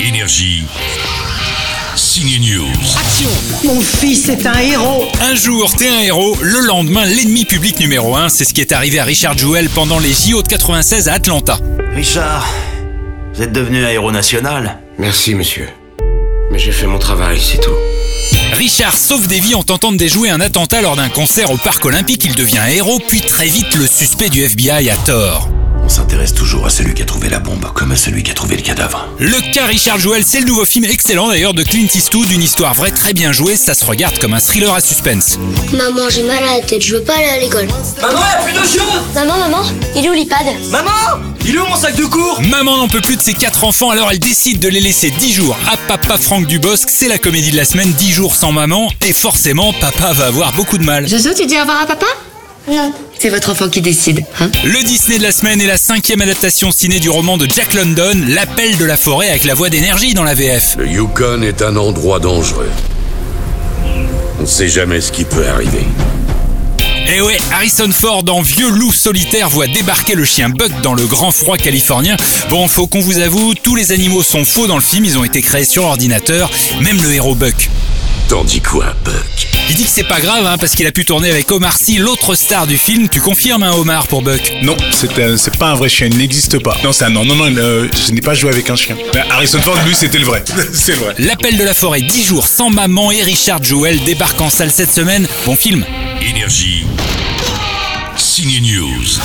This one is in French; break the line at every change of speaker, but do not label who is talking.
Énergie. Signe News.
Mon fils est un héros.
Un jour, t'es un héros, le lendemain, l'ennemi public numéro 1. C'est ce qui est arrivé à Richard Jewell pendant les JO de 96 à Atlanta.
Richard, vous êtes devenu un héros national.
Merci, monsieur. Mais j'ai fait mon travail, c'est tout.
Richard sauve des vies en tentant de déjouer un attentat lors d'un concert au parc olympique. Il devient un héros, puis très vite le suspect du FBI à tort.
On s'intéresse toujours à celui qui a trouvé la bombe, comme à celui qui a trouvé le cadavre.
Le cas Richard Jewell, c'est le nouveau film excellent d'ailleurs de Clint Eastwood, une histoire vraie très bien jouée, ça se regarde comme un thriller à suspense.
Maman, j'ai mal à la tête, je veux pas aller à l'école.
Maman, y a plus de jeu
Maman, maman, il est où l'iPad
Maman Il est où mon sac de cours
Maman n'en peut plus de ses quatre enfants, alors elle décide de les laisser 10 jours à papa Franck Dubosc, c'est la comédie de la semaine, 10 jours sans maman, et forcément papa va avoir beaucoup de mal.
Zozo, tu dis au revoir à papa
Non.
C'est votre enfant qui décide, hein
Le Disney de la semaine est la cinquième adaptation ciné du roman de Jack London, L'appel de la forêt avec la voix d'énergie dans la VF.
Le Yukon est un endroit dangereux. On ne sait jamais ce qui peut arriver.
Et Eh ouais, Harrison Ford en vieux loup solitaire voit débarquer le chien Buck dans le grand froid californien. Bon, faut qu'on vous avoue, tous les animaux sont faux dans le film, ils ont été créés sur ordinateur, même le héros Buck.
Tandis quoi, Buck
Il dit que c'est pas grave, hein, parce qu'il a pu tourner avec Omar Sy, l'autre star du film. Tu confirmes, un Omar, pour Buck
Non, c'est un- c'est pas un vrai chien, il n'existe pas. Non, c'est un non, non, non, euh, je n'ai pas joué avec un chien. Mais Harrison Ford, lui, c'était le vrai. c'est le vrai.
L'appel de la forêt, 10 jours sans maman et Richard Jewell débarquent en salle cette semaine. Bon film
Énergie. Signe News.